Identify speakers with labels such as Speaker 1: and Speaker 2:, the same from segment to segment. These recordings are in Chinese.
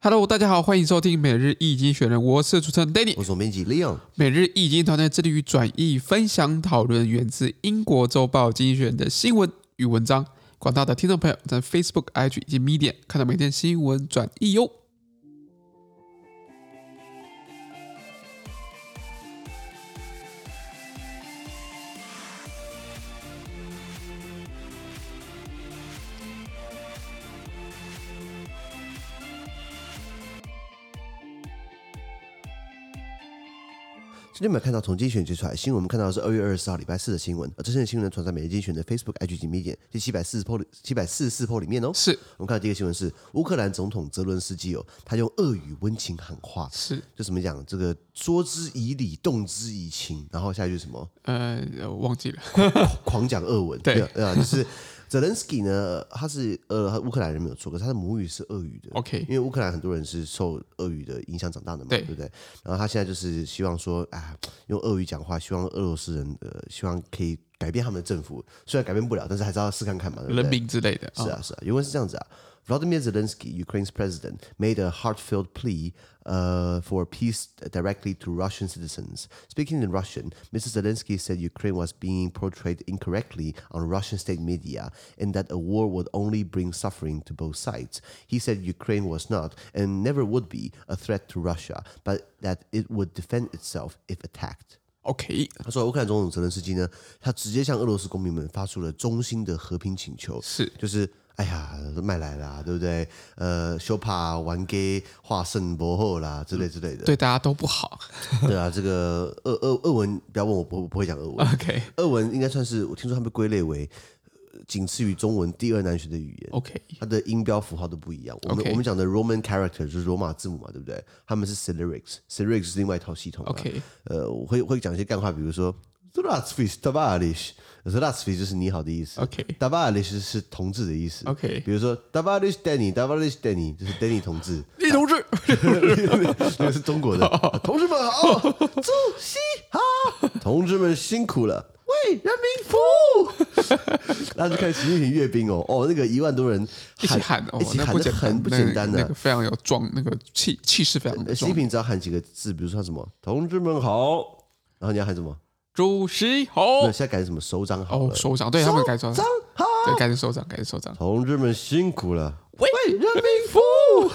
Speaker 1: Hello，大家好，欢迎收听每日易经选人，我是主持人 Danny
Speaker 2: 我。是总编辑 Leon，
Speaker 1: 每日易经团队致力于转译、分享、讨论源自英国周报精选的新闻与文章。广大的听众朋友在 Facebook、IG 以及 Medium 看到每天新闻转译哟。
Speaker 2: 今天我们看到从精选截出来的新闻，我们看到的是二月二十四号礼拜四的新闻，而这些新闻传在每日精选的 Facebook、IG 及 Medium 第七百四十 po 七百四十四 po 里面哦。
Speaker 1: 是
Speaker 2: 我们看到第一个新闻是乌克兰总统泽伦斯基哦，他用俄语温情喊话，
Speaker 1: 是，
Speaker 2: 就怎么讲？这个说之以理，动之以情，然后下一句是什么？
Speaker 1: 呃，呃忘记了，
Speaker 2: 狂讲俄文，
Speaker 1: 对
Speaker 2: 没有啊，就是 泽连斯基呢，他是呃他乌克兰人没有错，可是他的母语是俄语的。
Speaker 1: OK
Speaker 2: 因为乌克兰很多人是受俄语的影响长大的嘛，
Speaker 1: 对
Speaker 2: 对不对？然后他现在就是希望说，啊，用俄语讲话，希望俄罗斯人呃，希望可以改变他们的政府，虽然改变不了，但是还是要试看看嘛，对不
Speaker 1: 人
Speaker 2: 对？
Speaker 1: 名之类的。
Speaker 2: 是
Speaker 1: 啊，
Speaker 2: 啊，是啊，原文是这样子啊。Vladimir Zelensky, Ukraine's president, made a heartfelt plea uh, for peace directly to Russian citizens. Speaking in Russian, Mr. Zelensky said Ukraine was being portrayed incorrectly on Russian state media and that a war would only bring suffering to both sides. He said Ukraine was not and never would be a threat to Russia, but that it would defend itself if attacked.
Speaker 1: OK，
Speaker 2: 他说，乌克兰总统泽连斯基呢，他直接向俄罗斯公民们发出了衷心的和平请求，
Speaker 1: 是
Speaker 2: 就是哎呀，卖来啦，对不对？呃，修帕玩 gay 化圣博后啦，之类之类的。
Speaker 1: 对大家都不 好。
Speaker 2: 对啊，这个俄俄俄文，不要问我，我不会讲俄文。
Speaker 1: OK
Speaker 2: 俄文应该算是，我听说他被归类为呃仅次于中文第二难学的语言。
Speaker 1: OK，
Speaker 2: 它的音标符号都不一样。我们
Speaker 1: OK
Speaker 2: 我们讲的 Roman character 就是罗马字母嘛，对不对？他们是 Syriacs，Syriacs 是另外一套系统、啊。
Speaker 1: OK
Speaker 2: 呃，我会会讲一些干话，比如说 z r a t s v i s t a v a r i s h z r a t s v i 就是你好的意思
Speaker 1: OK
Speaker 2: t a v a r i s 是同志的意思。
Speaker 1: OK
Speaker 2: 比如说 t a v a r i s Danny t a v a r i s Danny 就是 Danny 同志，
Speaker 1: 李同志，
Speaker 2: 那个是中国的。
Speaker 1: 哦
Speaker 2: 同志们好，主席好，同志们辛苦了，为人民服务。 那就看习近平阅兵哦，哦，那个一万多人
Speaker 1: 一起喊哦
Speaker 2: 一，起
Speaker 1: 那
Speaker 2: 喊
Speaker 1: 不
Speaker 2: 得
Speaker 1: 简单，
Speaker 2: 很不简单
Speaker 1: 那个
Speaker 2: 的
Speaker 1: 那。个非常有壮，那个气气势非常的
Speaker 2: 呃习
Speaker 1: 壮
Speaker 2: 近。平只要喊几个字，比如说什么“同志们好”，然后你要喊什么？
Speaker 1: 主席好，
Speaker 2: 没有现在改成什么“首长好
Speaker 1: 哦
Speaker 2: 了，”，
Speaker 1: 首长，对他们改成
Speaker 2: 呃首长好，
Speaker 1: 对，改成首长，改成首长。
Speaker 2: 同志们辛苦了。
Speaker 1: 喂，
Speaker 2: 为人民服务。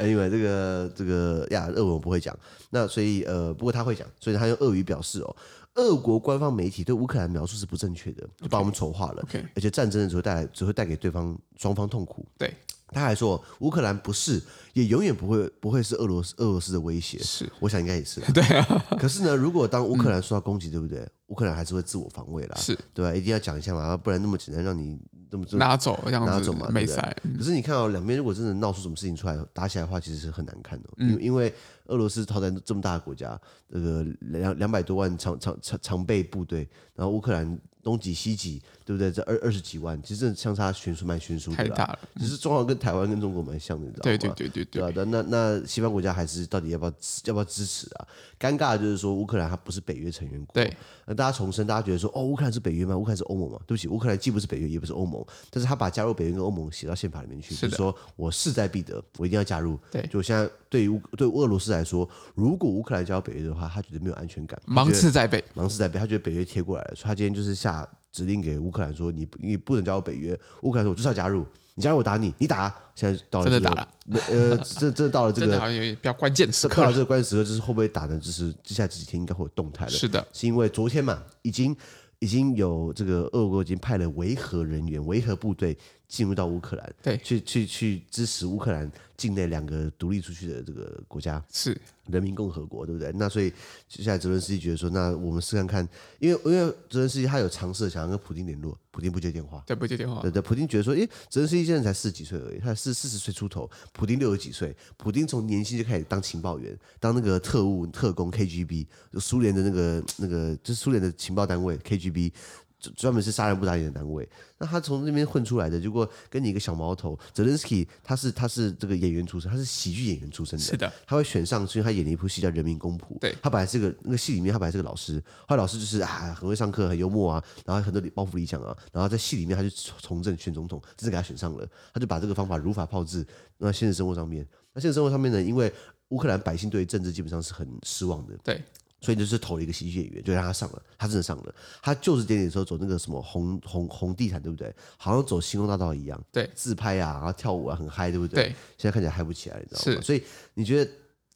Speaker 2: anyway，这哎个这个呀，俄文我不会讲，那所以呃，不过他会讲，所以他用俄语表示哦，俄国官方媒体对乌克兰描述是不正确的，就把我们丑化了
Speaker 1: OK
Speaker 2: 而且战争的时候带来只会带给对方双方痛苦。
Speaker 1: 对，
Speaker 2: 他还说，乌克兰不是，也永远不会不会是俄罗斯俄罗斯的威胁。
Speaker 1: 是，
Speaker 2: 我想应该也是啦。
Speaker 1: 对啊，嗯
Speaker 2: 可是呢，如果当乌克兰受到攻击，对不对？乌克兰还是会自我防卫啦，
Speaker 1: 是
Speaker 2: 对吧？一定要讲一下嘛，啊不然那么简单让你这么这么
Speaker 1: 拿走这样
Speaker 2: 拿
Speaker 1: 子
Speaker 2: 走嘛，，对
Speaker 1: 没
Speaker 2: 不对
Speaker 1: 赛。
Speaker 2: 可是你看哦，两边如果真的闹出什么事情出来，打起来的话，其实是很难看的、哦。
Speaker 1: 嗯
Speaker 2: 因为因为俄罗斯好歹这么大的国家，这个两两百多万常常常常备部队，然后乌克兰东挤西挤，对不对？这二二十几万，其实真的相差悬殊蛮悬殊的
Speaker 1: 太大
Speaker 2: 啦。
Speaker 1: 了。
Speaker 2: 只是状况跟台湾跟中国蛮像的，你知道吗？
Speaker 1: 对对对对
Speaker 2: 对
Speaker 1: 对，
Speaker 2: 啊，那那那西方国家还是到底要不要要不要支持啊？尴尬的就是说，乌克兰它不是北约成员国，
Speaker 1: 对，
Speaker 2: 那大家重申，大家觉得说，哦，乌克兰是北约吗？乌克兰是欧盟吗？对不起，乌克兰既不是北约，也不是欧盟，但是他把加入北约跟欧盟写到宪法里面去，
Speaker 1: 是的
Speaker 2: 就是说我势在必得，我一定要加入。
Speaker 1: 对
Speaker 2: 就现在对于乌对俄罗斯来说，如果乌克兰加入北约的话，他觉得没有安全感，
Speaker 1: 芒
Speaker 2: 他觉得
Speaker 1: 刺在背。
Speaker 2: 芒刺在背，他觉得北约贴过来了，所以他今天就是下指令给乌克兰说，你不你不能加入北约。乌克兰说，我就是要加入，你加入我打你，你打。现在到了、
Speaker 1: 真的
Speaker 2: 这个
Speaker 1: 打了
Speaker 2: 没，呃，真真的到了这
Speaker 1: 真的
Speaker 2: 个
Speaker 1: 好像有点比较关键时
Speaker 2: 到
Speaker 1: 刻
Speaker 2: 了
Speaker 1: 了。
Speaker 2: 这个关键时刻，就是会不会打呢？就是接下来这几天应该会有动态了。
Speaker 1: 是的，
Speaker 2: 是因为昨天嘛，已经已经有这个俄国已经派了维和人员、维和部队进入到乌克兰，
Speaker 1: 对
Speaker 2: 去去去支持乌克兰境内两个独立出去的这个国家
Speaker 1: 是
Speaker 2: ——人民共和国，对不对？那所以接下来泽伦斯基觉得说，那我们试看看，因为因为泽伦斯基他有尝试想要跟普京联络，普京不接电话。
Speaker 1: 对不接电话
Speaker 2: 对，对，普京觉得说，诶，泽连斯基现在才四十几岁而已，他是四十岁出头，普京六十几岁，普京从年轻就开始当情报员，当那个特务、特工 KGB，就苏联的那个那个，就是苏联的情报单位 KGB。专专门是杀人不眨眼的单位。那他从那边混出来的，结果跟你一个小毛头，Zelensky，他是他是这个演员出身，他是喜剧演员出身的，
Speaker 1: 是的，
Speaker 2: 他会选上，是因为他演了一部戏叫《人民公仆》。
Speaker 1: 对
Speaker 2: 他本来是个那个戏里面，他本来是个老师，后来老师就是啊，很会上课，很幽默啊，然后很多理抱负理想啊，然后在戏里面他就从政选总统，真的给他选上了，他就把这个方法如法炮制那现实生活上面。那现实生活上面呢，因为乌克兰百姓对政治基本上是很失望的，
Speaker 1: 对，
Speaker 2: 所以就是投了一个喜剧演员，就让他上了，他真的上了。他就是典礼的时候走那个什么红红红地毯，对不对？好像走星光大道一样，
Speaker 1: 对
Speaker 2: 自拍啊，然后跳舞啊，很嗨，对不对？
Speaker 1: 对，
Speaker 2: 现在看起来嗨不起来，你知道吗？
Speaker 1: 是
Speaker 2: 所以你觉得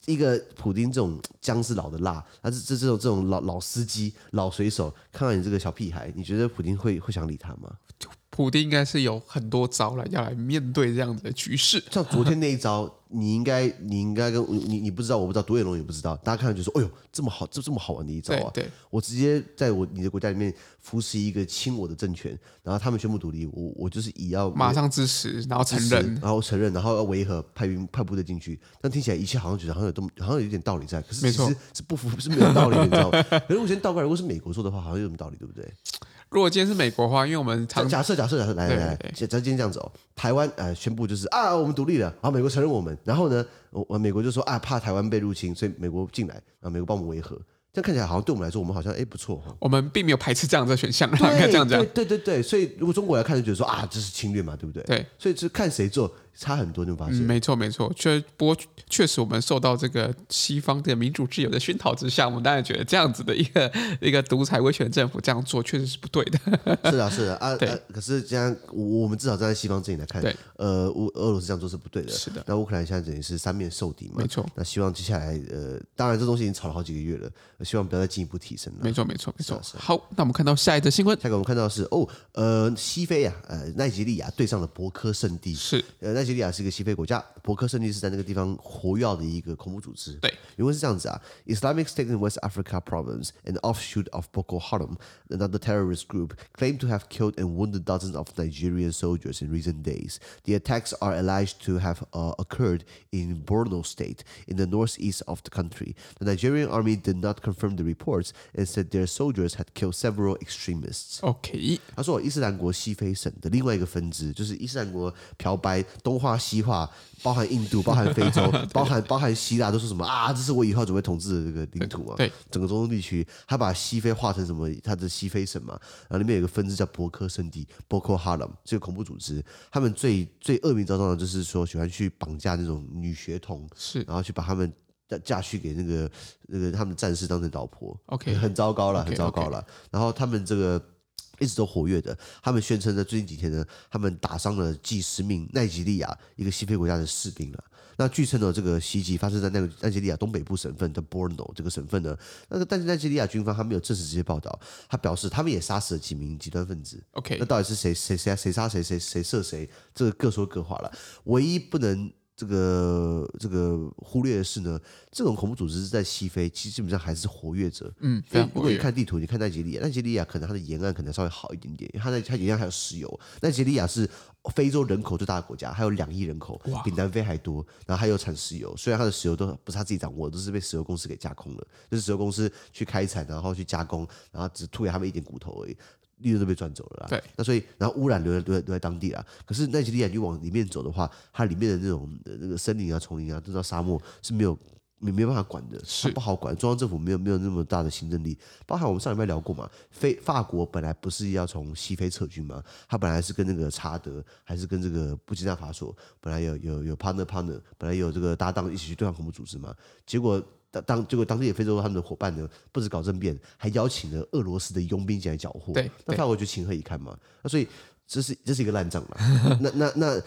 Speaker 2: 一个普丁这种姜是老的辣，他是这这种这种老老司机、老水手，看到你这个小屁孩，你觉得普丁会会想理他 吗？
Speaker 1: 普丁应该是有很多招来要来面对这样子的局势。
Speaker 2: 像昨天那一招，你应该你应该跟你你不知道，我不知道，独眼龙也不知道，大家看了就说，哎呦，这么好，这这么好玩的一招
Speaker 1: 对
Speaker 2: 啊！
Speaker 1: 对，
Speaker 2: 我直接在我你的国家里面扶持一个亲我的政权，然后他们宣布独立，我我就是以要
Speaker 1: 马上支持，然后承认，
Speaker 2: 然后承认，然后要维和，派兵派部队进去。但听起来一切好像觉得好像有这么好像有点道理在，可是
Speaker 1: 没
Speaker 2: 其实
Speaker 1: 错
Speaker 2: 是不符是没有道理的，你 知道吗？可是我先倒过来，如果是美国做的话，好像有什么道理，对不对？
Speaker 1: 如果今天是美国的话，因为我们
Speaker 2: 假
Speaker 1: 常
Speaker 2: 假设假设假设，来来
Speaker 1: 对
Speaker 2: 来
Speaker 1: 对，
Speaker 2: 假假如今天这样子哦，台湾呃宣布就是啊我们独立了，然后美国承认我们，然后呢，我我美国就说啊怕台湾被入侵，所以美国进来，然后美国帮我们维和。这样看起来好像对我们来说，我们好像哎不错哈。
Speaker 1: 我们并没有排斥这样的选项， 应
Speaker 2: 对
Speaker 1: 该这样讲
Speaker 2: 对。对对对，所以如果中国来看就觉得说啊这是侵略嘛，对不对？
Speaker 1: 对，
Speaker 2: 所以就看谁做差很多，你会发现
Speaker 1: 嗯，。没错没错，确不过确实我们受到这个西方的民主自由的熏陶之下，我们当然觉得这样子的一个一个独裁威权政府这样做确实是不对的。
Speaker 2: 是的，是的啊，
Speaker 1: 对
Speaker 2: 啊可是这样，我我们至少站在西方阵营来看
Speaker 1: 对，
Speaker 2: 呃，乌俄罗斯这样做是不对的。
Speaker 1: 是的，
Speaker 2: 那乌克兰现在等于是三面受敌嘛，
Speaker 1: 没错。
Speaker 2: 那希望接下来，呃，当然这东西已经吵了好几个月了，呃希望不要再进一步提升了。
Speaker 1: 没错没错没错
Speaker 2: 是 啊。是
Speaker 1: 好，那我们看到下一则新闻
Speaker 2: 下一个我们看到的是哦，呃，西非啊，呃，奈及利亚对上了博科圣地。
Speaker 1: 是
Speaker 2: 呃，奈及利亚是一个西非国家，博科圣地是在那个地方活跃的一个恐怖组织。
Speaker 1: 对，
Speaker 2: 原文是这样子啊：Islamic State in West Africa province, an offshoot of Boko Haram, another terrorist group, claimed to have killed and wounded dozens of Nigerian soldiers in recent days. The attacks are alleged to have uh, occurred in Borno State, in the northeast of the country. The Nigerian army did not confirm the reports and said their soldiers had killed several extremists.
Speaker 1: OK，
Speaker 2: 他说，伊斯兰国西非省的另外一个分支，就是伊斯兰国漂白东化西化，包含印度，包含非 洲，包含包含希腊，都说什么啊？这是我以后准备统治的这个领土啊！
Speaker 1: 对，
Speaker 2: 整个中东地区，他把西非划成什么？他的西非省嘛，然后里面有一个分支叫博科圣地 （Boko Haram），这个恐怖组织，他们最最恶名昭彰的就是说喜欢去绑架那种女学童，
Speaker 1: 是
Speaker 2: 然后去把他们嫁嫁去给那个那个他们的战士当成老婆。
Speaker 1: OK
Speaker 2: 很糟糕了，
Speaker 1: OK，
Speaker 2: 很糟糕了。然后他们这个。一直都活跃的，他们宣称呢，最近几天呢，他们打伤了几十名奈及利亚一个西非国家的士兵了。那据称呢，这个袭击发生在那个奈及利亚东北部省份的 Borno 这个省份呢，那个但是奈及利亚军方他没有证实这些报道，他表示他们也杀死了几名极端分子，
Speaker 1: OK
Speaker 2: 那到底是谁谁谁谁杀谁谁谁射谁？这个各说各话了。唯一不能这个这个忽略的是呢，这种恐怖组织在西非其实基本上还是活跃着。
Speaker 1: 嗯，非常
Speaker 2: 因为如
Speaker 1: 活
Speaker 2: 果你
Speaker 1: 跃。
Speaker 2: 看地图，你看奈及利亚，奈及利亚可能它的沿岸可能稍微好一点点，因为它在它沿岸还有石油。奈及利亚是非洲人口最大的国家，还有两亿人口，比南非还多。然后它有产石油，虽然它的石油都不是它自己掌握的，都是被石油公司给架空了，就是石油公司去开采，然后去加工，然后只吐给他们一点骨头而已。利润都被赚走了啦，
Speaker 1: 对，
Speaker 2: 那所以然后污染留在留在留在当地啦。可是奈及利亚你往里面走的话，它里面的那种呃那个森林啊、丛林啊，都到沙漠是没有没没办法管的，它不好管。中央政府没有没有那么大的行政力，包含我们上礼拜聊过嘛，非法国本来不是要从西非撤军吗？他本来是跟那个查德，还是跟这个布基纳法索，本来有有有 partner partner，本来有这个搭档一起去对抗恐怖组织嘛，结果。当当结果当地的非洲他们的伙伴呢，不止搞政变，还邀请了俄罗斯的佣兵进来缴获。
Speaker 1: 对
Speaker 2: 那
Speaker 1: 对
Speaker 2: 法国就情何以堪嘛？那所以这是这是一个烂账嘛？那那那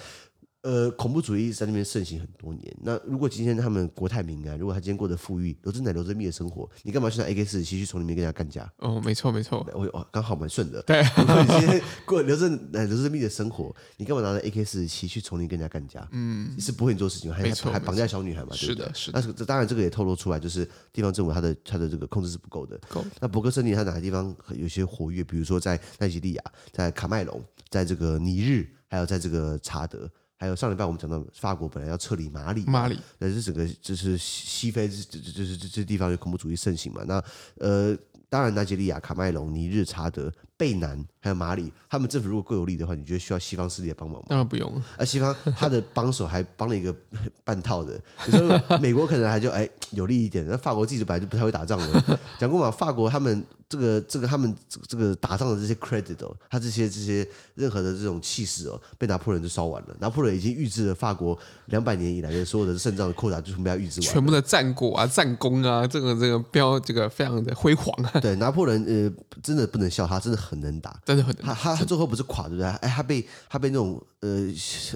Speaker 2: 呃，恐怖主义在那边盛行很多年。那如果今天他们国泰民安，如果他今天过得富裕，留着奶留着蜜的生活，你干嘛去拿 AK 四十七去从里面跟人家干架？
Speaker 1: 哦，没错没错，
Speaker 2: 我我刚好蛮顺的。 对，如果你今天过留着奶留着蜜的生活，你干嘛拿着 AK 四十七去丛林跟人家干架？嗯，是不会做事情，还
Speaker 1: 没
Speaker 2: 还
Speaker 1: 错
Speaker 2: 还
Speaker 1: 没
Speaker 2: 绑架小女孩嘛？对不
Speaker 1: 是
Speaker 2: 对
Speaker 1: 的，是的，
Speaker 2: 那是这当然，这个也透露出来，就是地方政府它的它的这个控制是不够的。
Speaker 1: 够的
Speaker 2: 那博格森林它哪个地方有些活跃？比如说在奈及利亚、在卡麦隆、在这个尼日，还有在这个查德，还有上礼拜我们讲到法国本来要撤离马里，
Speaker 1: 马里
Speaker 2: 那这整个就是西西非这这这这这这地方有恐怖主义盛行嘛？那呃，当然，奈及利亚、卡麦隆、尼日、查德、贝南还有马里，他们政府如果够有力的话，你觉得需要西方势力的帮忙吗？
Speaker 1: 当然不用了。
Speaker 2: 而西方他的帮手还帮了一个半套的，你说美国可能还就哎有利一点，那法国自己本来就不太会打仗了。讲过嘛，法国他们这个这个他们这个这个打仗的这些 credit 哦，他这些这些任何的这种气势哦，被拿破仑就烧完了。拿破仑已经预知了法国两百年以来的所有的胜仗的扣打，就全部要预知完了。
Speaker 1: 全部的战果啊、战功啊，这个这个标这个非常的辉煌啊，
Speaker 2: 对，拿破仑呃，真的不能笑他，真的很能打。
Speaker 1: 真的很
Speaker 2: 他他他最后不是垮对不对？哎，他被他被那种呃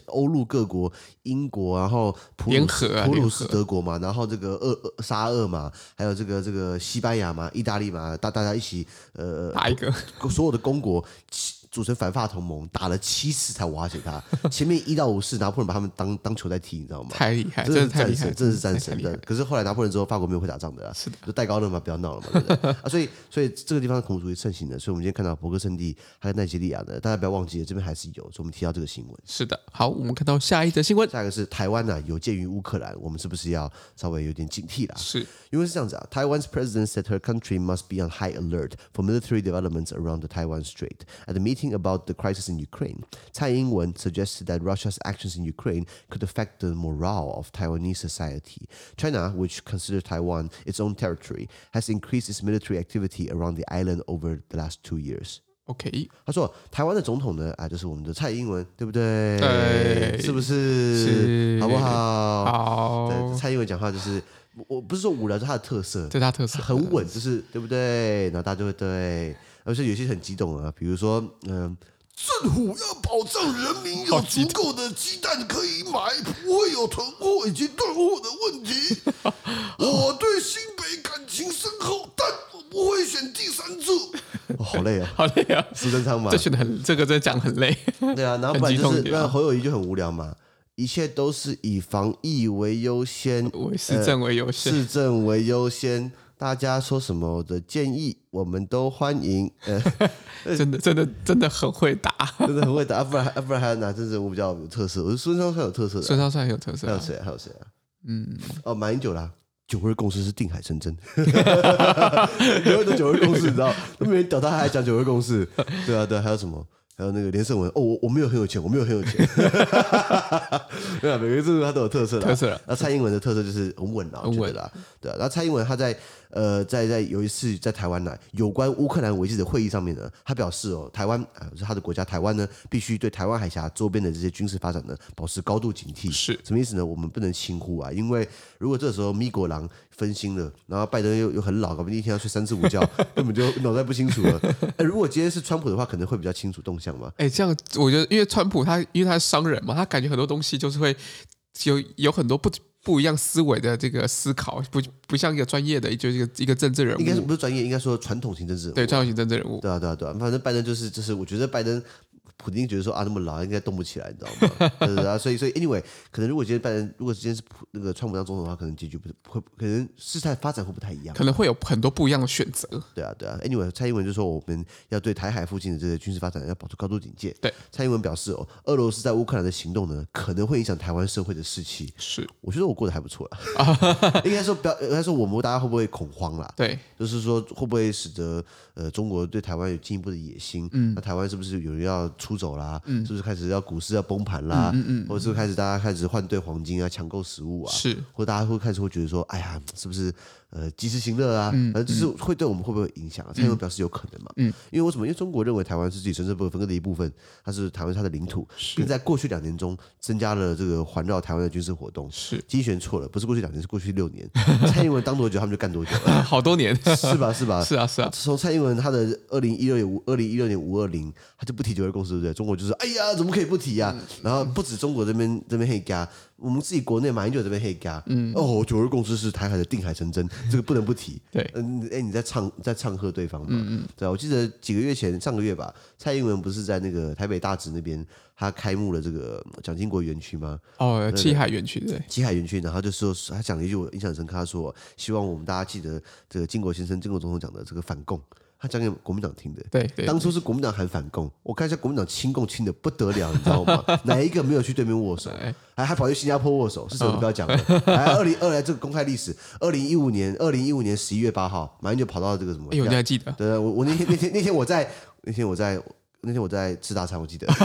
Speaker 2: 欧陆各国，英国，然后普
Speaker 1: 联
Speaker 2: 鲁
Speaker 1: 合
Speaker 2: 士、
Speaker 1: 啊
Speaker 2: 普鲁
Speaker 1: 联
Speaker 2: 士
Speaker 1: 合
Speaker 2: 德国嘛，然后这个俄俄沙俄嘛，还有这个这个西班牙嘛、意大利嘛，大大家一起呃
Speaker 1: 打一个，
Speaker 2: 所有的公国七组成反法同盟，打了七次才瓦解他。前面一到五次拿破仑把他们当当球在踢，你知道吗？
Speaker 1: 太厉害，哎
Speaker 2: 真
Speaker 1: 真
Speaker 2: 的
Speaker 1: 的太厉
Speaker 2: 是战
Speaker 1: 害，哎
Speaker 2: 神，真的是战
Speaker 1: 太
Speaker 2: 神
Speaker 1: 厉
Speaker 2: 的
Speaker 1: 害。
Speaker 2: 可是后来拿破仑之后，法国没有会打仗的啦，是的，就戴高乐嘛，不要闹了嘛，对不对？啊，所以所以这个地方恐怖主义盛行的，所以我们今天看到博克圣地还有奈及利亚的，大家不要忘记了，这边还是有，所以我们提到这个新闻。
Speaker 1: 是的，好，我们看到下一则新闻
Speaker 2: 下一个是台湾呢、啊有鉴于乌克兰，我们是不是要稍微有点警惕啦？
Speaker 1: 是
Speaker 2: 因为是这样子啊，Taiwan's president said her country must be on high alert for military developments around the Taiwan Strait. At the meeting about the crisis in Ukraine, Tsai Ing-wen suggested that Russia's actions in Ukraine could affect the morale of Taiwanese society. China, which considers Taiwan its own territory, has increased its military activity around the island over the last two years.
Speaker 1: OK，
Speaker 2: 他说：“台湾的总统呢，啊，就是我们的蔡英文，对不对？
Speaker 1: 对
Speaker 2: 是不是？
Speaker 1: 是
Speaker 2: 好不好？
Speaker 1: 好，
Speaker 2: 对，蔡英文讲话就是，我我不是说无聊，是他的特色，
Speaker 1: 这是他特色，
Speaker 2: 很稳，就是对不对？然后大家就会对，而且有些很激动啊，比如说，嗯、政府要保障人民有足够的鸡蛋可以买，不会有囤货以及断货的 问题。我对新北感情深厚，但我不会选第三 次。哦、好累啊、哦，
Speaker 1: 好累啊，
Speaker 2: 苏贞昌嘛
Speaker 1: 这，选的很，这个真的讲很累，
Speaker 2: 对啊，然后不然就
Speaker 1: 很
Speaker 2: 是
Speaker 1: 激动
Speaker 2: 让侯友谊就很无聊嘛，一切都是以防疫为优先，
Speaker 1: 我市政为优先，
Speaker 2: 市政为优先。大家说什么的建议，我们都欢迎。呃，
Speaker 1: 真的真的真的很会打，
Speaker 2: 真的很会打，啊、不然啊不然还有哪政治我比较有特色？我觉得孙中山有特色的
Speaker 1: 孙
Speaker 2: 啊，
Speaker 1: 超帅很有特色
Speaker 2: 还有
Speaker 1: 啊，
Speaker 2: 谁啊？还有谁啊？
Speaker 1: 嗯，
Speaker 2: 哦，马英九啦。九二共识是定海神针，有很多九二共识，你知道？都没人屌他，还讲九二共识。对啊，对啊，还有什么？还有那个连胜文，哦，我我没有很有钱，我没有很有钱。 对啊，每个政治他都有特色啦，
Speaker 1: 特色啦
Speaker 2: 那蔡英文的特色就是很稳啊，我觉得啦。对啊，那蔡英文他在呃，在在有一次在台湾呢，有关乌克兰危机的会议上面呢，他表示哦，台湾啊、是他的国家台湾呢，必须对台湾海峡周边的这些军事发展呢，保持高度警惕。
Speaker 1: 是
Speaker 2: 什么意思呢？我们不能轻忽啊，因为如果这时候米国狼分心了，然后拜登又又很老，搞不定一天要睡三次午觉，根本就脑袋不清楚了。哎，如果今天是川普的话，可能会比较清楚动向嘛。
Speaker 1: 哎，这样我觉得，因为川普他因为他是商人嘛，他感觉很多东西就是会有有很多不不一样思维的这个思考，不不像一个专业的就是一个一个政治人
Speaker 2: 应该是
Speaker 1: 物，
Speaker 2: 不是专业，应该说传统型政治人物。
Speaker 1: 嗯对，专业型政治人物，
Speaker 2: 对啊，对啊，对啊，反正拜登就是就是，我觉得拜登普京觉得说啊，那么老应该动不起来，你知道 吗？对对对啊，所以所以 anyway，可能如果今天拜登，如果今天是普那个川普当总统的话，可能结局不是会，可能事态发展会不太一样
Speaker 1: 可。能会有很多不一样的选择。
Speaker 2: 对啊，对啊。Anyway，蔡英文就说我们要对台海附近的这个军事发展要保持高度警戒。
Speaker 1: 对，
Speaker 2: 蔡英文表示哦，俄罗斯在乌克兰的行动呢，可能会影响台湾社会的士气。
Speaker 1: 是，
Speaker 2: 我觉得我过得还不错 啦，应该说不要，应该说我们大家会不会恐慌啦？
Speaker 1: 对，
Speaker 2: 就是说会不会使得呃中国对台湾有进一步的野心？
Speaker 1: 嗯
Speaker 2: 那台湾是不是有人要出走啦？是不是开始要股市要崩盘啦？
Speaker 1: 嗯
Speaker 2: 或者是不是开始大家开始换兑黄金啊，抢购食物啊？
Speaker 1: 是
Speaker 2: 或者大家会开始会觉得说，哎呀，是不是呃及时行乐啊？
Speaker 1: 嗯
Speaker 2: 反正就是会对我们会不会有影响、啊？蔡英文表示有可能嘛？因为为什么？因为中国认为台湾是自己神圣不可分割的一部分，它是台湾是它的领土，并在过去两年中增加了这个环绕台湾的军事活动。
Speaker 1: 是，
Speaker 2: 金选错了，不是过去两年，是过去六年。 蔡英文当多久，他们就干多久，
Speaker 1: 好多年，
Speaker 2: 是吧？是 吧？
Speaker 1: 是啊，是啊，
Speaker 2: 从蔡英文他的二零一六年五二零一六年五二零，他就不提九二共识，对不对？中国就是哎呀，怎么可以不提呀、然后不止中国这边这边黑嘎，我们自己国内马英九这边黑嘎，嗯，哦，九二共识是台海的定海神针， 这个不能不提。
Speaker 1: 对
Speaker 2: 嗯，哎，你在唱在唱和对方嘛？嗯嗯，对啊，我记得几个月前，上个月吧，蔡英文不是在那个台北大直那边，他开幕了这个呃蒋经国园区吗？
Speaker 1: 哦，七海园区对，
Speaker 2: 基海园区，然后他就说他讲了一句我印象很深刻，他说希望我们大家记得这个金国先生、金国总统讲的这个反共。他讲给国民党听的。
Speaker 1: 对对，
Speaker 2: 当初是国民党喊反共，我看一下国民党亲共亲的不得了，你知道吗？哪一个没有去对面握手？
Speaker 1: 哎
Speaker 2: 还还跑去新加坡握手，是什么不要讲了。哎，二零二来这个公开历史，二零一五年，二零一五年十一月八号，马上就跑到这个什么？
Speaker 1: 哎呦，你还记得？
Speaker 2: 对，我我那天那天那天我在那天我在那天我在吃大餐，我记得，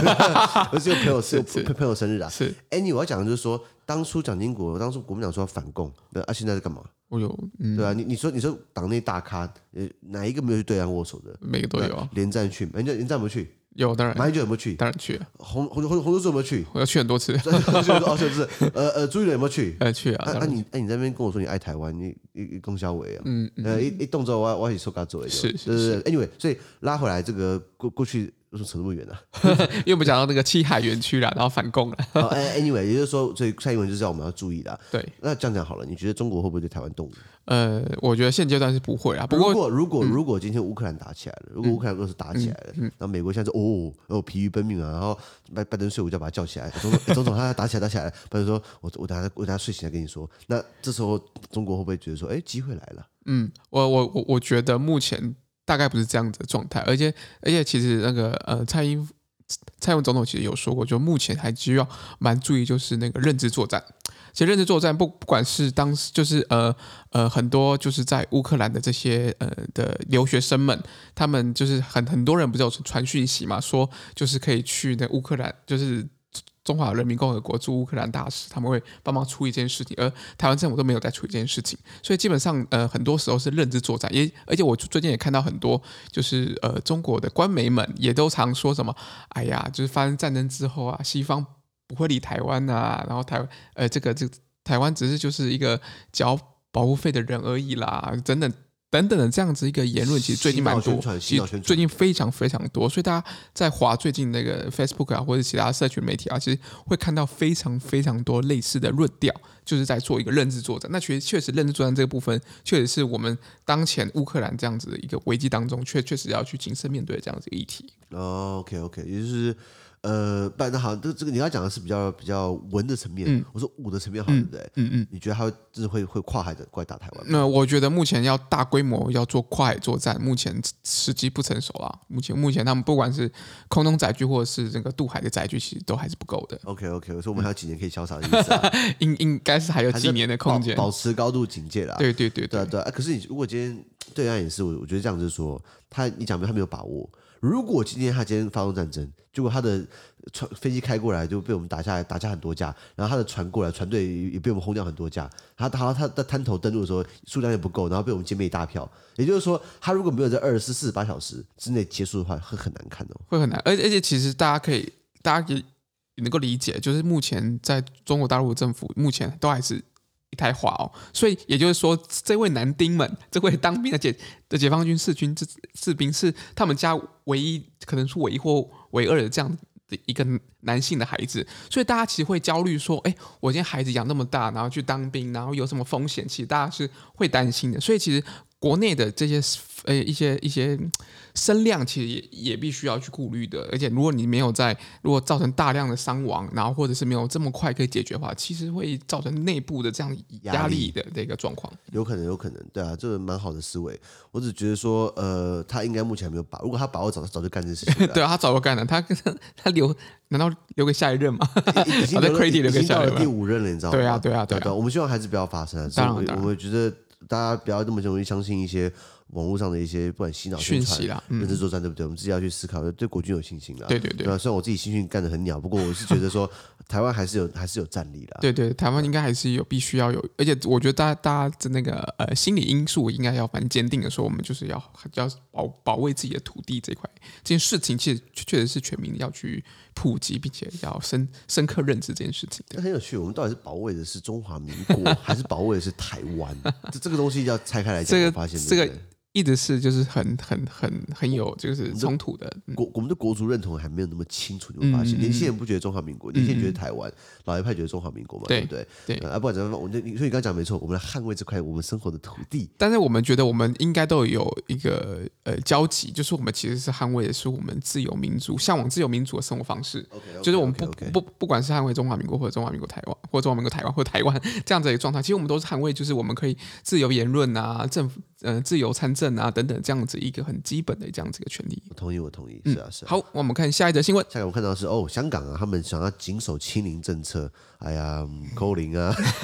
Speaker 2: 我是有朋友是有朋朋友生日啊。
Speaker 1: 是，
Speaker 2: Anyway，我要讲的就是说，当初蒋经国，当初国民党说要反共，那啊现在在干嘛？
Speaker 1: 我有，嗯，
Speaker 2: 对啊，你你说你说党内大咖，呃，哪一个没有去对岸握手的？
Speaker 1: 每个都有啊，
Speaker 2: 连战去，人家连战有没有去？
Speaker 1: 有当然
Speaker 2: 马英九有没有去？
Speaker 1: 当然去了，
Speaker 2: 洪洪洪洪秀柱有没有去？
Speaker 1: 我要去很多次，
Speaker 2: 洪秀柱哦，就是呃呃，朱立伦有没有去？
Speaker 1: 呃，去 啊，
Speaker 2: 啊
Speaker 1: 当
Speaker 2: 啊
Speaker 1: 然
Speaker 2: 你啊你在那边跟我说你爱台湾，你你你龚小伟啊，
Speaker 1: 嗯，
Speaker 2: 呃，一一动作我要我要去收嘎做一
Speaker 1: 是是
Speaker 2: 对对对，Anyway，所以拉回来这个过过去为什么扯那么远呢、 啊
Speaker 1: 因为我们讲到那个七海园区啦，然后反共了，
Speaker 2: 好哎？Anyway，也就是说，所以蔡英文就是要我们要注意啦。
Speaker 1: 对，
Speaker 2: 那这样讲好了，你觉得中国会不会对台湾动武？
Speaker 1: 呃，我觉得现阶段是不会啦，不
Speaker 2: 如
Speaker 1: 过
Speaker 2: 果如果如果今天乌克兰打起来了，如果乌克兰俄罗斯打起来了，然后美国现在说哦哦疲于奔命啊，然后拜拜登睡午觉把他叫起来，总统哎总统他打起来打起来了，拜登说我我等下我等下睡醒再跟你说。那这时候中国会不会觉得说哎机会来了？
Speaker 1: 嗯，我我我我觉得目前大概不是这样子的状态，而且而且其实那个呃蔡英蔡英文总统其实有说过，就目前还需要蛮注意就是那个认知作战。其实认知作战不不管是当时就是呃呃很多就是在乌克兰的这些呃的留学生们，他们就是很很多人不是有传讯息嘛，说就是可以去那乌克兰就是。中华人民共和国驻乌克兰大使，他们会帮忙出一件事情，而台湾政府都没有在处理这件事情，所以基本上呃很多时候是认知作战，也而且我最近也看到很多就是呃中国的官媒们也都常说什么，哎呀，就是发生战争之后啊，西方不会理台湾啊，然后台呃这个这个台湾只是就是一个缴保护费的人而已啦，等等。等等的这样子一个言论，其实最近蛮
Speaker 2: 洗脑宣
Speaker 1: 多，
Speaker 2: 传
Speaker 1: 其
Speaker 2: 洗脑
Speaker 1: 实
Speaker 2: 宣传
Speaker 1: 最近非常非常多，所以大家在划最近那个 Facebook 啊，或者其他社群媒体啊，其实会看到非常非常多类似的论调，就是在做一个认知作战。那确确实认知作战这个部分，确实是我们当前乌克兰这样子的一个危机当中，确确实要去谨慎面对这样子的议题。
Speaker 2: 哦，OK OK，也就是呃，不然那好，这个这个你要讲的是比较比较文的层面，我说武的层面好，对不对？
Speaker 1: 嗯嗯。
Speaker 2: 你觉得他会就是会会跨海的过来打台湾吗？
Speaker 1: 那呃我觉得目前要大规模要做跨海作战，目前时机不成熟啦。目前目前他们不管是空中载具或者是这个渡海的载具，其实都还是不够的，
Speaker 2: OK OK，所以我们还有几年可以潇洒的意思、啊，
Speaker 1: 应应该是还有
Speaker 2: 还
Speaker 1: 几
Speaker 2: 是
Speaker 1: 年的空间。
Speaker 2: 哦保保持高度警戒啦。
Speaker 1: 对对对
Speaker 2: 对
Speaker 1: 对
Speaker 2: 啊，对啊。啊可是你如果今天对岸也是，我我觉得这样就是说，他你讲没有他没有把握。如果今天他今天发动战争，结果他的船飞机开过来就被我们打下来，打下很多架，然后他的船过来，船队也也被我们轰掉很多架。他他他在滩头登陆的时候数量也不够，然后被我们歼灭一大票。也就是说，他如果没有在二十四、四十八小时之内结束的话，会很难看哦。
Speaker 1: 会很难。而而且其实大家可以，大家也能够理解，就是目前在中国大陆的政府目前都还是一台化哦，所以也就是说，这位男丁们，这位当兵的解的解放军士军士士兵是他们家唯一，可能是唯一或唯二的这样。的一个男性的孩子，所以大家其实会焦虑说：“哎，我今天孩子养那么大，然后去当兵，然后有什么风险？”其实大家是会担心的。所以其实国内的这些呃一些一些声量其实也也必须要去顾虑的，而且如果你没有在，如果造成大量的伤亡，然后或者是没有这么快可以解决的话，其实会造成内部的这样压
Speaker 2: 压
Speaker 1: 力
Speaker 2: 力
Speaker 1: 的这个状况。
Speaker 2: 有可能，有可能，对啊，这个蛮好的思维。我只觉得说，呃，他应该目前还没有把握，如果他把握早，早就干这事情了。
Speaker 1: 对啊，他早就干了，他他留难道留给下一 任吗？
Speaker 2: 已已
Speaker 1: 把
Speaker 2: 经
Speaker 1: 这
Speaker 2: 留了
Speaker 1: credit 留
Speaker 2: 已
Speaker 1: 给
Speaker 2: 经
Speaker 1: 下
Speaker 2: 到
Speaker 1: 一
Speaker 2: 了
Speaker 1: 位
Speaker 2: 第五任了，你知道吗？
Speaker 1: 对啊对啊对啊
Speaker 2: 对我们希望还是不要发生啊。
Speaker 1: 当然
Speaker 2: 所以
Speaker 1: 当
Speaker 2: 我
Speaker 1: 然
Speaker 2: 我们觉得大家不要那么容易相信一些网络上的一些不管洗脑宣
Speaker 1: 讯
Speaker 2: 传
Speaker 1: 息、啦，
Speaker 2: 认
Speaker 1: 嗯，
Speaker 2: 知作战，对不对？我们自己要去思考，对国军有信心啦。
Speaker 1: 对对对
Speaker 2: 啊，虽然我自己新训干得很鸟，不过我是觉 得说台湾还是有还是有战力啦。
Speaker 1: 对对，台湾应该还是有必须要有，而且我觉得大家大家的那个呃心理因素应该要蛮坚定的说，我们就是要要保保卫自己的土地这块这件事情，其实确确实是全民要去普及，并且要深深刻认知这件事情的。
Speaker 2: 那很有趣，我们到底是保卫的是中华民 国，还是保卫的是台湾？这这个东西要拆开来讲，
Speaker 1: 这个
Speaker 2: 我发现
Speaker 1: 这个
Speaker 2: 对不对
Speaker 1: 一直是就是很很很很有就是冲突的，嗯
Speaker 2: 国我们的国族认同还没有那么清楚，你会发
Speaker 1: 嗯
Speaker 2: 现，
Speaker 1: 嗯
Speaker 2: 年轻人不觉得中华民国，年轻人觉得台湾，老一派觉得中华民国嘛，
Speaker 1: 对
Speaker 2: 对不对？
Speaker 1: 对
Speaker 2: 呃啊，不管怎么样，我们你所以你刚刚讲没错，我们来捍卫这块我们生活的土地，
Speaker 1: 但是我们觉得我们应该都有一个呃交集，就是我们其实是捍卫的是我们自由民主，向往自由民主的生活方式。就是我们不
Speaker 2: OK，OK，OK
Speaker 1: 不不管是捍卫中华民国或者中华民国台湾，或者中华民国台湾或台湾这样子的一个状态，其实我们都是捍卫，就是我们可以自由言论啊，政府呃自由参政啊等等这样子一个很基本的这样子一个权利。
Speaker 2: 我同意，我同意，是啊，是啊。
Speaker 1: 嗯好，我们看下一则新闻。
Speaker 2: 下一个我看到是哦，香港啊，他们想要谨守清零政策，哎 呀，嗯扣零啊，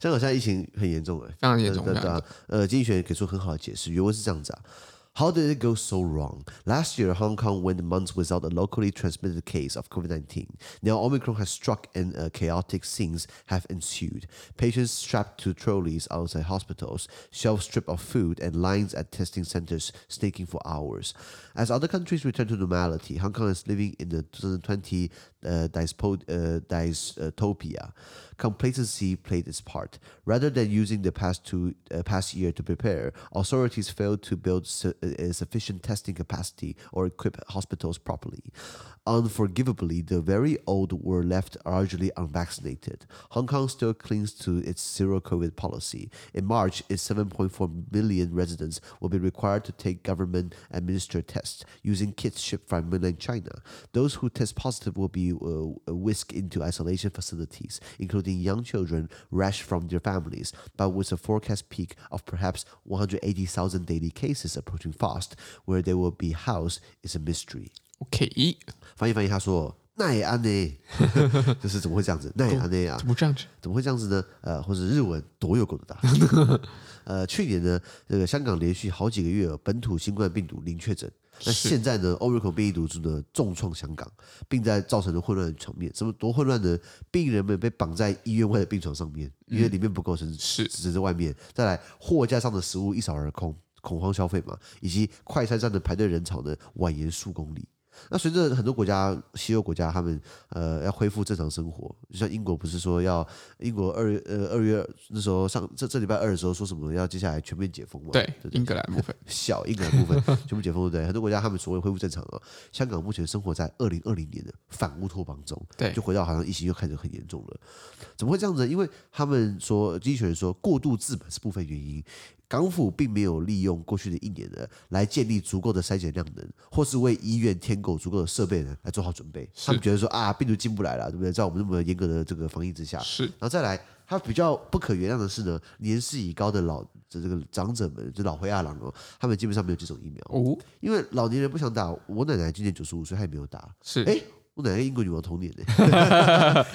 Speaker 2: 香港现在疫情很严重哎、
Speaker 1: 非常严重
Speaker 2: 对对对啊呃，经济学给出很好的解释，原文是这样子啊。How did it go so wrong? Last year, Hong Kong went months without a locally transmitted case of COVID 19. Now, Omicron has struck and uh, chaotic scenes have ensued. Patients strapped to trolleys outside hospitals, shelves stripped of food, and lines at testing centers snaking for hours. As other countries return to normality, Hong Kong is living in the 2020 uh, dyspo- uh, dystopia. Complacency played its part. Rather than using the past two uh, past year to prepare, authorities failed to build su- uh, sufficient testing capacity or equip hospitals properly. Unforgivably, the very old were left largely unvaccinated. Hong Kong still clings to its zero COVID policy. In March, its 7.4 million residents will be required to take government administered tests using kits shipped from mainland China. Those who test positive will be uh, whisked into isolation facilities, including young children rashed from their families. But with a forecast peak of perhaps 180,000 daily cases approaching fast, where they will be housed is a mystery.
Speaker 1: OK，
Speaker 2: 翻译翻译，他说：“那也安呢？ 就是怎么会这样子？那也安呢啊？
Speaker 1: 怎么这样子？
Speaker 2: 怎么会这样子呢？呃，或者日文多有狗的大。 呃，去年呢，这个香港连续好几个月有本土新冠病毒零确诊。那现在呢，Omicron 变异毒株呢重创香港，并在造成了混乱的场面。什么多混乱呢？病人们被绑在医院外的病床上面，因为里面不够人，
Speaker 1: 是
Speaker 2: 只是外面。再来，货架上的食物一扫而空，恐慌消费嘛，以及快餐站的排队人潮呢蜿蜒数公里。那随着很多国家，西欧国家他们呃要恢复正常生活，就像英国不是说要英国二月呃二月那时候上这这礼拜二的时候说什么要接下来全面解封嘛？
Speaker 1: 对，
Speaker 2: 对
Speaker 1: 英格兰部分
Speaker 2: 小英格兰部分 全部解封，对不对？很多国家他们所谓恢复正常啊，香港目前生活在二零二零年的反乌托邦中，
Speaker 1: 对
Speaker 2: 就回到好像疫情又开始很严重了，怎么会这样子呢？因为他们说经济学人说过度自满是部分原因。港府并没有利用过去的一年呢，来建立足够的筛检量能，或是为医院添购足够的设备呢，来做好准备。他们觉得说啊，病毒进不来了，对不对？在我们这么严格的这个防疫之下，
Speaker 1: 是
Speaker 2: 然后再来，他比较不可原谅的是呢，年事已高的老这这个长者们，就老灰阿郎哦，他们基本上没有接种疫苗，
Speaker 1: 哦，
Speaker 2: 因为老年人不想打。我奶奶今年九十五岁，她也没有打。
Speaker 1: 是
Speaker 2: 哎，我奶奶跟英国女王同年呢、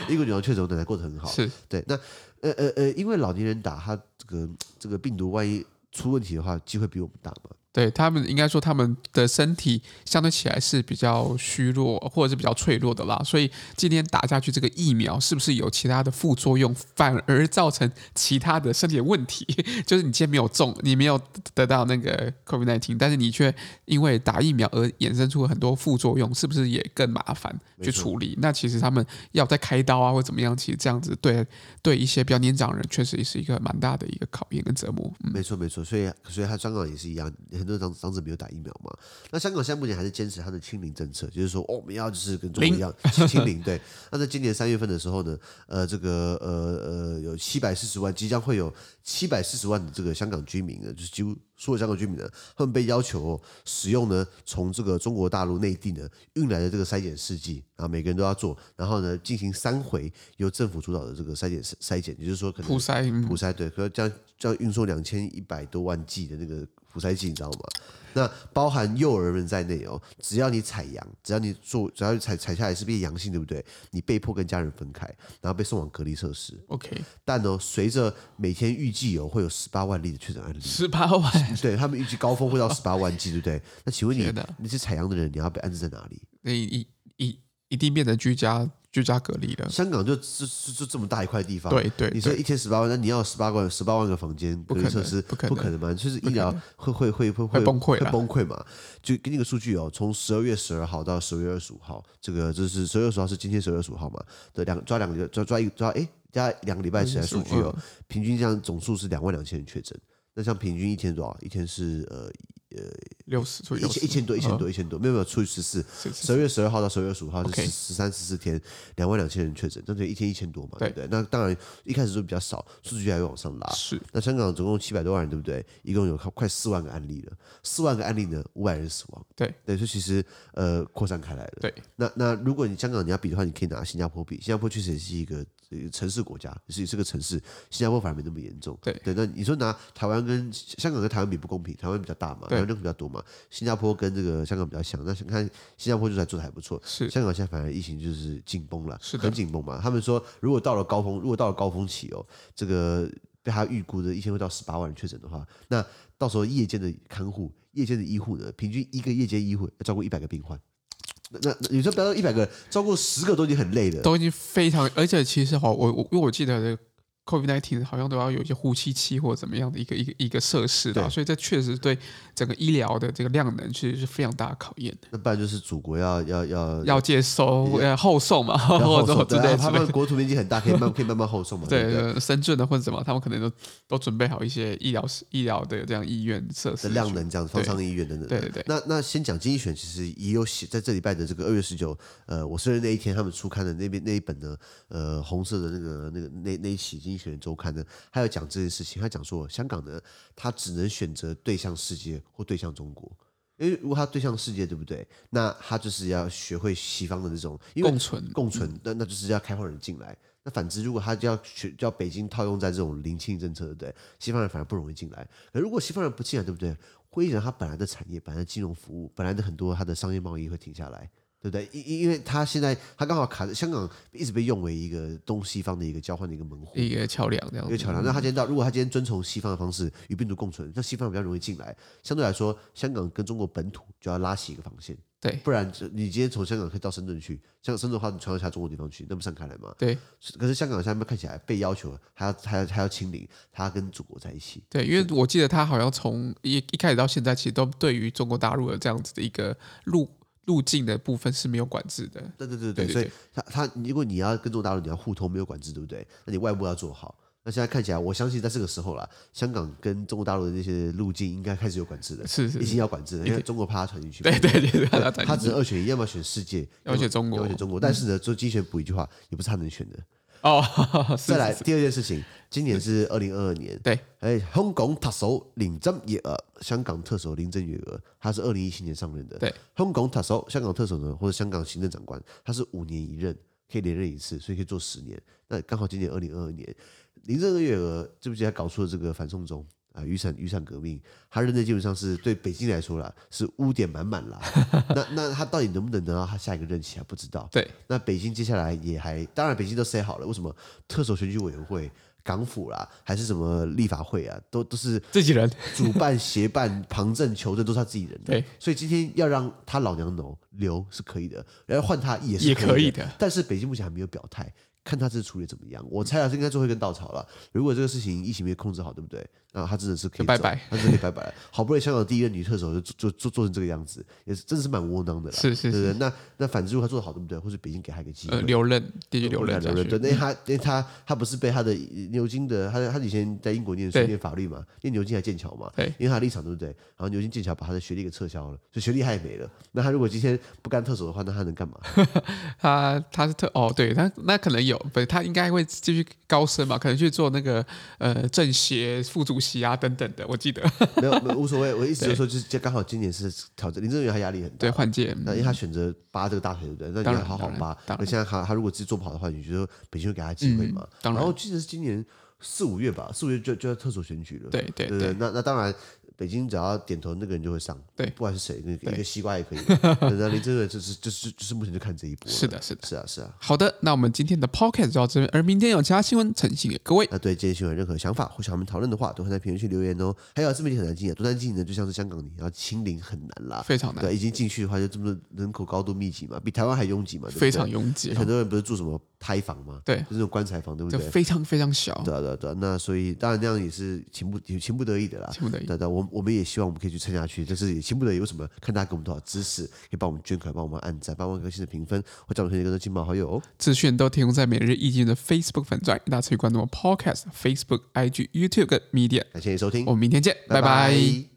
Speaker 2: 英国女王确实我奶奶过得很好。
Speaker 1: 是
Speaker 2: 对，那呃呃呃，因为老年人打他这个这个病毒，万一出问题的话，机会比我们大嘛。
Speaker 1: 对他们应该说他们的身体相对起来是比较虚弱或者是比较脆弱的啦，所以今天打下去这个疫苗是不是有其他的副作用，反而造成其他的身体的问题？ 就是你今天没有中，你没有得到那个 COVID 1 9但是你却因为打疫苗而衍生出了很多副作用，是不是也更麻烦去处理？那其实他们要再开刀啊或怎么样，其实这样子对对一些比较年长的人确实是一个蛮大的一个考验跟折磨。嗯，
Speaker 2: 没错没错，所以所以他香港也是一样，很多长长者没有打疫苗嘛。那香港现在目前还是坚持他的清零政策，就是说、哦、我们要就是跟中国一样清零。对， 那在今年三月份的时候呢，呃，这个呃呃有七百四十万，即将会有七百四十万的这个香港居民呢，就是几乎所有香港居民呢，他们被要求、哦使用呢从这个中国大陆内地呢运来的这个筛检试剂啊，每个人都要做，然后呢进行三回由政府主导的这个筛检筛检，也就是说可能
Speaker 1: 普筛嗯
Speaker 2: 普筛对，可是这样这样运送两千一百多万剂的那个普筛剂，你知道吗？那包含幼儿们在内哦，只要你采阳，只要你做，只要你采采下来是变阳性，对不对？你被迫跟家人分开，然后被送往隔离设施。
Speaker 1: ，OK，
Speaker 2: 但呢，随着每天预计哦会有十八万例的确诊 案例，
Speaker 1: 十八万。
Speaker 2: 对他们预计高峰会到十八万剂，对不对？那请问你
Speaker 1: 天哪
Speaker 2: 那些采阳的人，你要被安置在哪里？
Speaker 1: 你一一一定变成居家居家隔离了。
Speaker 2: 香港就就就就这么大一块地方，啊
Speaker 1: 对对
Speaker 2: 你说
Speaker 1: 对
Speaker 2: 一天十八万，那你要十八万十八万个房间隔
Speaker 1: 可
Speaker 2: 离
Speaker 1: 能
Speaker 2: 设施，
Speaker 1: 不可能
Speaker 2: 嘛？就是医疗会会会会
Speaker 1: 会崩溃
Speaker 2: 会
Speaker 1: 啦
Speaker 2: 崩溃嘛？就给你个数据哦，从十二月十二号到十二月二十五号，这个就是十二月十号是今天十二月十五号嘛？对，两抓两个抓抓一抓，哎，加两个礼拜起来数据
Speaker 1: 嗯
Speaker 2: 哦，平均这样总数是两万两千人确诊，那像平均一天多少？一天是呃呃
Speaker 1: 六十左
Speaker 2: 一
Speaker 1: 右，
Speaker 2: 千一千多，一千多，一千多，没有没有，除以十四，
Speaker 1: 是是
Speaker 2: 十二月十二号到十二月十五号是
Speaker 1: OK
Speaker 2: 十三十四天，两万两千人确诊，那就一天一千多嘛，对
Speaker 1: 对
Speaker 2: 不对？那当然一开始就比较少，数据越来越往上拉。
Speaker 1: 是
Speaker 2: 那香港总共七百多万人，对不对？一共有快快四万个案例了，四万个案例呢，五百人死亡。
Speaker 1: 对
Speaker 2: 对，所以其实呃扩散开来了。
Speaker 1: 对，
Speaker 2: 那那如果你香港你要比的话，你可以拿新加坡比，新加坡确实也是一个呃城市国家，是是个城市，新加坡反而没那么严重。
Speaker 1: 对
Speaker 2: 对，那你说拿台湾跟香港跟台湾比不公平，台湾比较大嘛，台
Speaker 1: 对
Speaker 2: 湾人口比较多嘛，新加坡跟这个香港比较像，那想看新加坡就是还做的还不错，
Speaker 1: 是
Speaker 2: 香港现在反而疫情就是紧绷了，
Speaker 1: 是的
Speaker 2: 很紧绷嘛。他们说如果到了高峰，如果到了高峰期哦，这个被他预估的一天会到十八万人确诊的话，那到时候夜间的看护、夜间的医护呢，平均一个夜间医护呃要照顾一百个病患。那那那你说不要一百个，照顾十个都已经很累了。
Speaker 1: 都已经非常，而且其实哈，我我因为我记得这个 COVID nineteen 好像都要有一些呼吸器或者怎么样的一个一个一个设施的啊，
Speaker 2: 对
Speaker 1: 所以这确实对整个医疗的这个量能其实是非常大的考验的，
Speaker 2: 那不然就是祖国要要要
Speaker 1: 要接收呃后送嘛，或
Speaker 2: 要后
Speaker 1: 者
Speaker 2: 送，
Speaker 1: 之
Speaker 2: 对啊
Speaker 1: 类
Speaker 2: 他
Speaker 1: 之
Speaker 2: 们
Speaker 1: 类。
Speaker 2: 国土面积很大，可以慢可以慢慢后送嘛，对 不
Speaker 1: 对
Speaker 2: 对？
Speaker 1: 呃深圳的或者什么，他们可能都都准备好一些医疗医疗的这样医院设施
Speaker 2: 的量能这样，方
Speaker 1: 对
Speaker 2: 舱医院等等。
Speaker 1: 对对对
Speaker 2: 那那先讲经济选，其实也有写在这礼拜的这个二月十九，呃，我生日那一天他们出刊的那边那一本呢，呃，红色的那个那个那那一期《经济学人》周刊呢，还有讲这件事情，他讲说香港呢，它只能选择对象世界或对象中国。因为如果他对象世界，对不对？那他就是要学会西方的那种，因为
Speaker 1: 共存
Speaker 2: 共存，那那就是要开放人进来。那反之，如果他就要去叫北京套用在这种零清政策，对不对？西方人反而不容易进来。可如果西方人不进来，对不对？会影响他本来的产业、本来的金融服务、本来的很多他的商业贸易会停下来，对不对？因因因为他现在他刚好卡在香港，一直被用为一个东西方的一个交换的一个门户。
Speaker 1: 一个桥梁这样
Speaker 2: 一
Speaker 1: 子嗯
Speaker 2: 个。桥梁。那他今天到，如果他今天遵从西方的方式与病毒共存，那西方比较容易进来。相对来说，香港跟中国本土就要拉起一个防线，
Speaker 1: 对
Speaker 2: 不然这你今天从香港可以到深圳去，像深圳的话，你传到其他中国地方去，那不散开来吗？
Speaker 1: 对
Speaker 2: 可是香港现在看起来被要求还要还要还要清零，他要跟祖国在一起。
Speaker 1: 对，因为我记得他好像从一一开始到现在，其实都对于中国大陆的这样子的一个路路径的部分是没有管制的。
Speaker 2: 对对对对，
Speaker 1: 对对
Speaker 2: 所以他他如果你要跟中国大陆你要互通没有管制，对不对？那你外部要做好。那现在看起来，我相信在这个时候啦，香港跟中国大陆的那些路径应该开始有管制了，
Speaker 1: 是是
Speaker 2: 已经
Speaker 1: 是，
Speaker 2: 要管制了，因为中国怕它传进去嘛。
Speaker 1: 对对对对，他在
Speaker 2: 他只能二选一，要么选世界，
Speaker 1: 要么选中国
Speaker 2: 要么选中国。但是呢，做精选补一句话，也不是他能选的。
Speaker 1: 哦，是
Speaker 2: 再来
Speaker 1: 是是
Speaker 2: 第二件事情，今年是二零二二年，
Speaker 1: 对，
Speaker 2: 哎，香港特首林郑月娥，香港特首林郑月娥，她是二零一七年上任的。
Speaker 1: 对，
Speaker 2: 香港特首，香港特首呢，或者香港行政长官，他是五年一任，可以连任一次，所以可以做十年。那刚好今年二零二二年，林郑月娥记不记得她搞出了这个反送中？啊，雨伞雨伞革命，他认内基本上是对北京来说啦，是污点满满 啦。那那他到底能不能得到他下一个任期还不知 道。
Speaker 1: 对
Speaker 2: 那北京接下来也还，当然北京都塞好了，为什么特首选举委员会、港府啦，还是什么立法会啊，都都是
Speaker 1: 自己人，
Speaker 2: 主 办、协办、旁证、求证都是他自己人的。
Speaker 1: 对，
Speaker 2: 所以今天要让他老娘留留是可以的，然后换他也是
Speaker 1: 也
Speaker 2: 可
Speaker 1: 可
Speaker 2: 以
Speaker 1: 以
Speaker 2: 的。
Speaker 1: 的
Speaker 2: 但是北京目前还没有表态，看他这次处理怎么样。我猜啊，这应该最后一根稻草了。如果这个事情疫情没控制好，对不对？那他真的是可以
Speaker 1: 就拜
Speaker 2: 走
Speaker 1: 拜，
Speaker 2: 他真的可以拜拜了。好不容易香港第一任女特首就就就做成这个样子，也是真的是蛮窝囊的啦。
Speaker 1: 是是
Speaker 2: 对不对？那那反之，如果他做的好，对不对？或者北京给他一个机会
Speaker 1: 呃，，留任，继续留
Speaker 2: 我
Speaker 1: 任
Speaker 2: 讲
Speaker 1: 下
Speaker 2: 留
Speaker 1: 去
Speaker 2: 任，。对，因为他因为他他不是被他的牛津的，他他以前在英国念书
Speaker 1: 对
Speaker 2: 念法律嘛，念牛津还剑桥嘛，
Speaker 1: 对
Speaker 2: 因为他的立场对不对？然后牛津剑桥把他的学历给撤销了，所以学历他也没了。那他如果今天不干特首的话，那他能干嘛？
Speaker 1: 他他是特哦，对他那可能有，不是他应该会继续高升嘛，可能去做那个呃政协副主席啊等等的，我记得
Speaker 2: 没有，没有无所谓。我意思就是说，就是刚好今年是挑战林郑月娥，他压力很大。
Speaker 1: 对换届，嗯
Speaker 2: 那因为他选择扒这个大腿，对不对？那
Speaker 1: 当
Speaker 2: 你要
Speaker 1: 然
Speaker 2: 好好
Speaker 1: 当然
Speaker 2: 扒。
Speaker 1: 当
Speaker 2: 那
Speaker 1: 然
Speaker 2: 现在他他如果自己做不好的话，你觉得北京会给他机会嘛
Speaker 1: 嗯？当然
Speaker 2: 后记得是今年四五月吧，四五月就就要特首选举了。
Speaker 1: 对对
Speaker 2: 对
Speaker 1: 对
Speaker 2: 那那当然，北京只要点头，那个人就会上。
Speaker 1: 对
Speaker 2: 不管是谁，那个一
Speaker 1: 对
Speaker 2: 个西瓜也 可以。那林郑月娥就是就是就是目前就看这一波。
Speaker 1: 是，的，是的。
Speaker 2: 是啊，是啊。
Speaker 1: 好的，那我们今天的 Pocket 就到这边，而明天有其他新闻呈现给各位。
Speaker 2: 那对这些新闻有任何想法或想我们讨论的话，都会在评论区留言哦。还有自媒体很难进啊，多单经营呢，就像是香港你要清零很难啦。
Speaker 1: 非常难
Speaker 2: 对，，已经进去的话，就这么人口高度密集嘛，比台湾还拥挤嘛，对不对
Speaker 1: 非常拥挤
Speaker 2: 很，多人不是住什么胎房吗？
Speaker 1: 对
Speaker 2: 就是那种棺材房，对不
Speaker 1: 就
Speaker 2: 对？
Speaker 1: 非常非常小，
Speaker 2: 对啊，对啊，对啊。那所以当然那样也是情不也情不得已的啦。
Speaker 1: 听不得
Speaker 2: 对啊对啊，我我们也希望我们可以去撑下去，但是也情不得已。为什么？看大家给我们多少支持，可以帮我们捐款，帮我们按赞，帮我们更新的评分，或者我们推荐更多亲朋好友哦。
Speaker 1: 资讯都提供在每日意见的 Facebook 粉专，大家可以关注我们 Podcast、Facebook、IG、YouTube 跟 Media。
Speaker 2: 感谢你收听，
Speaker 1: 哦我们明天见，拜拜
Speaker 2: 拜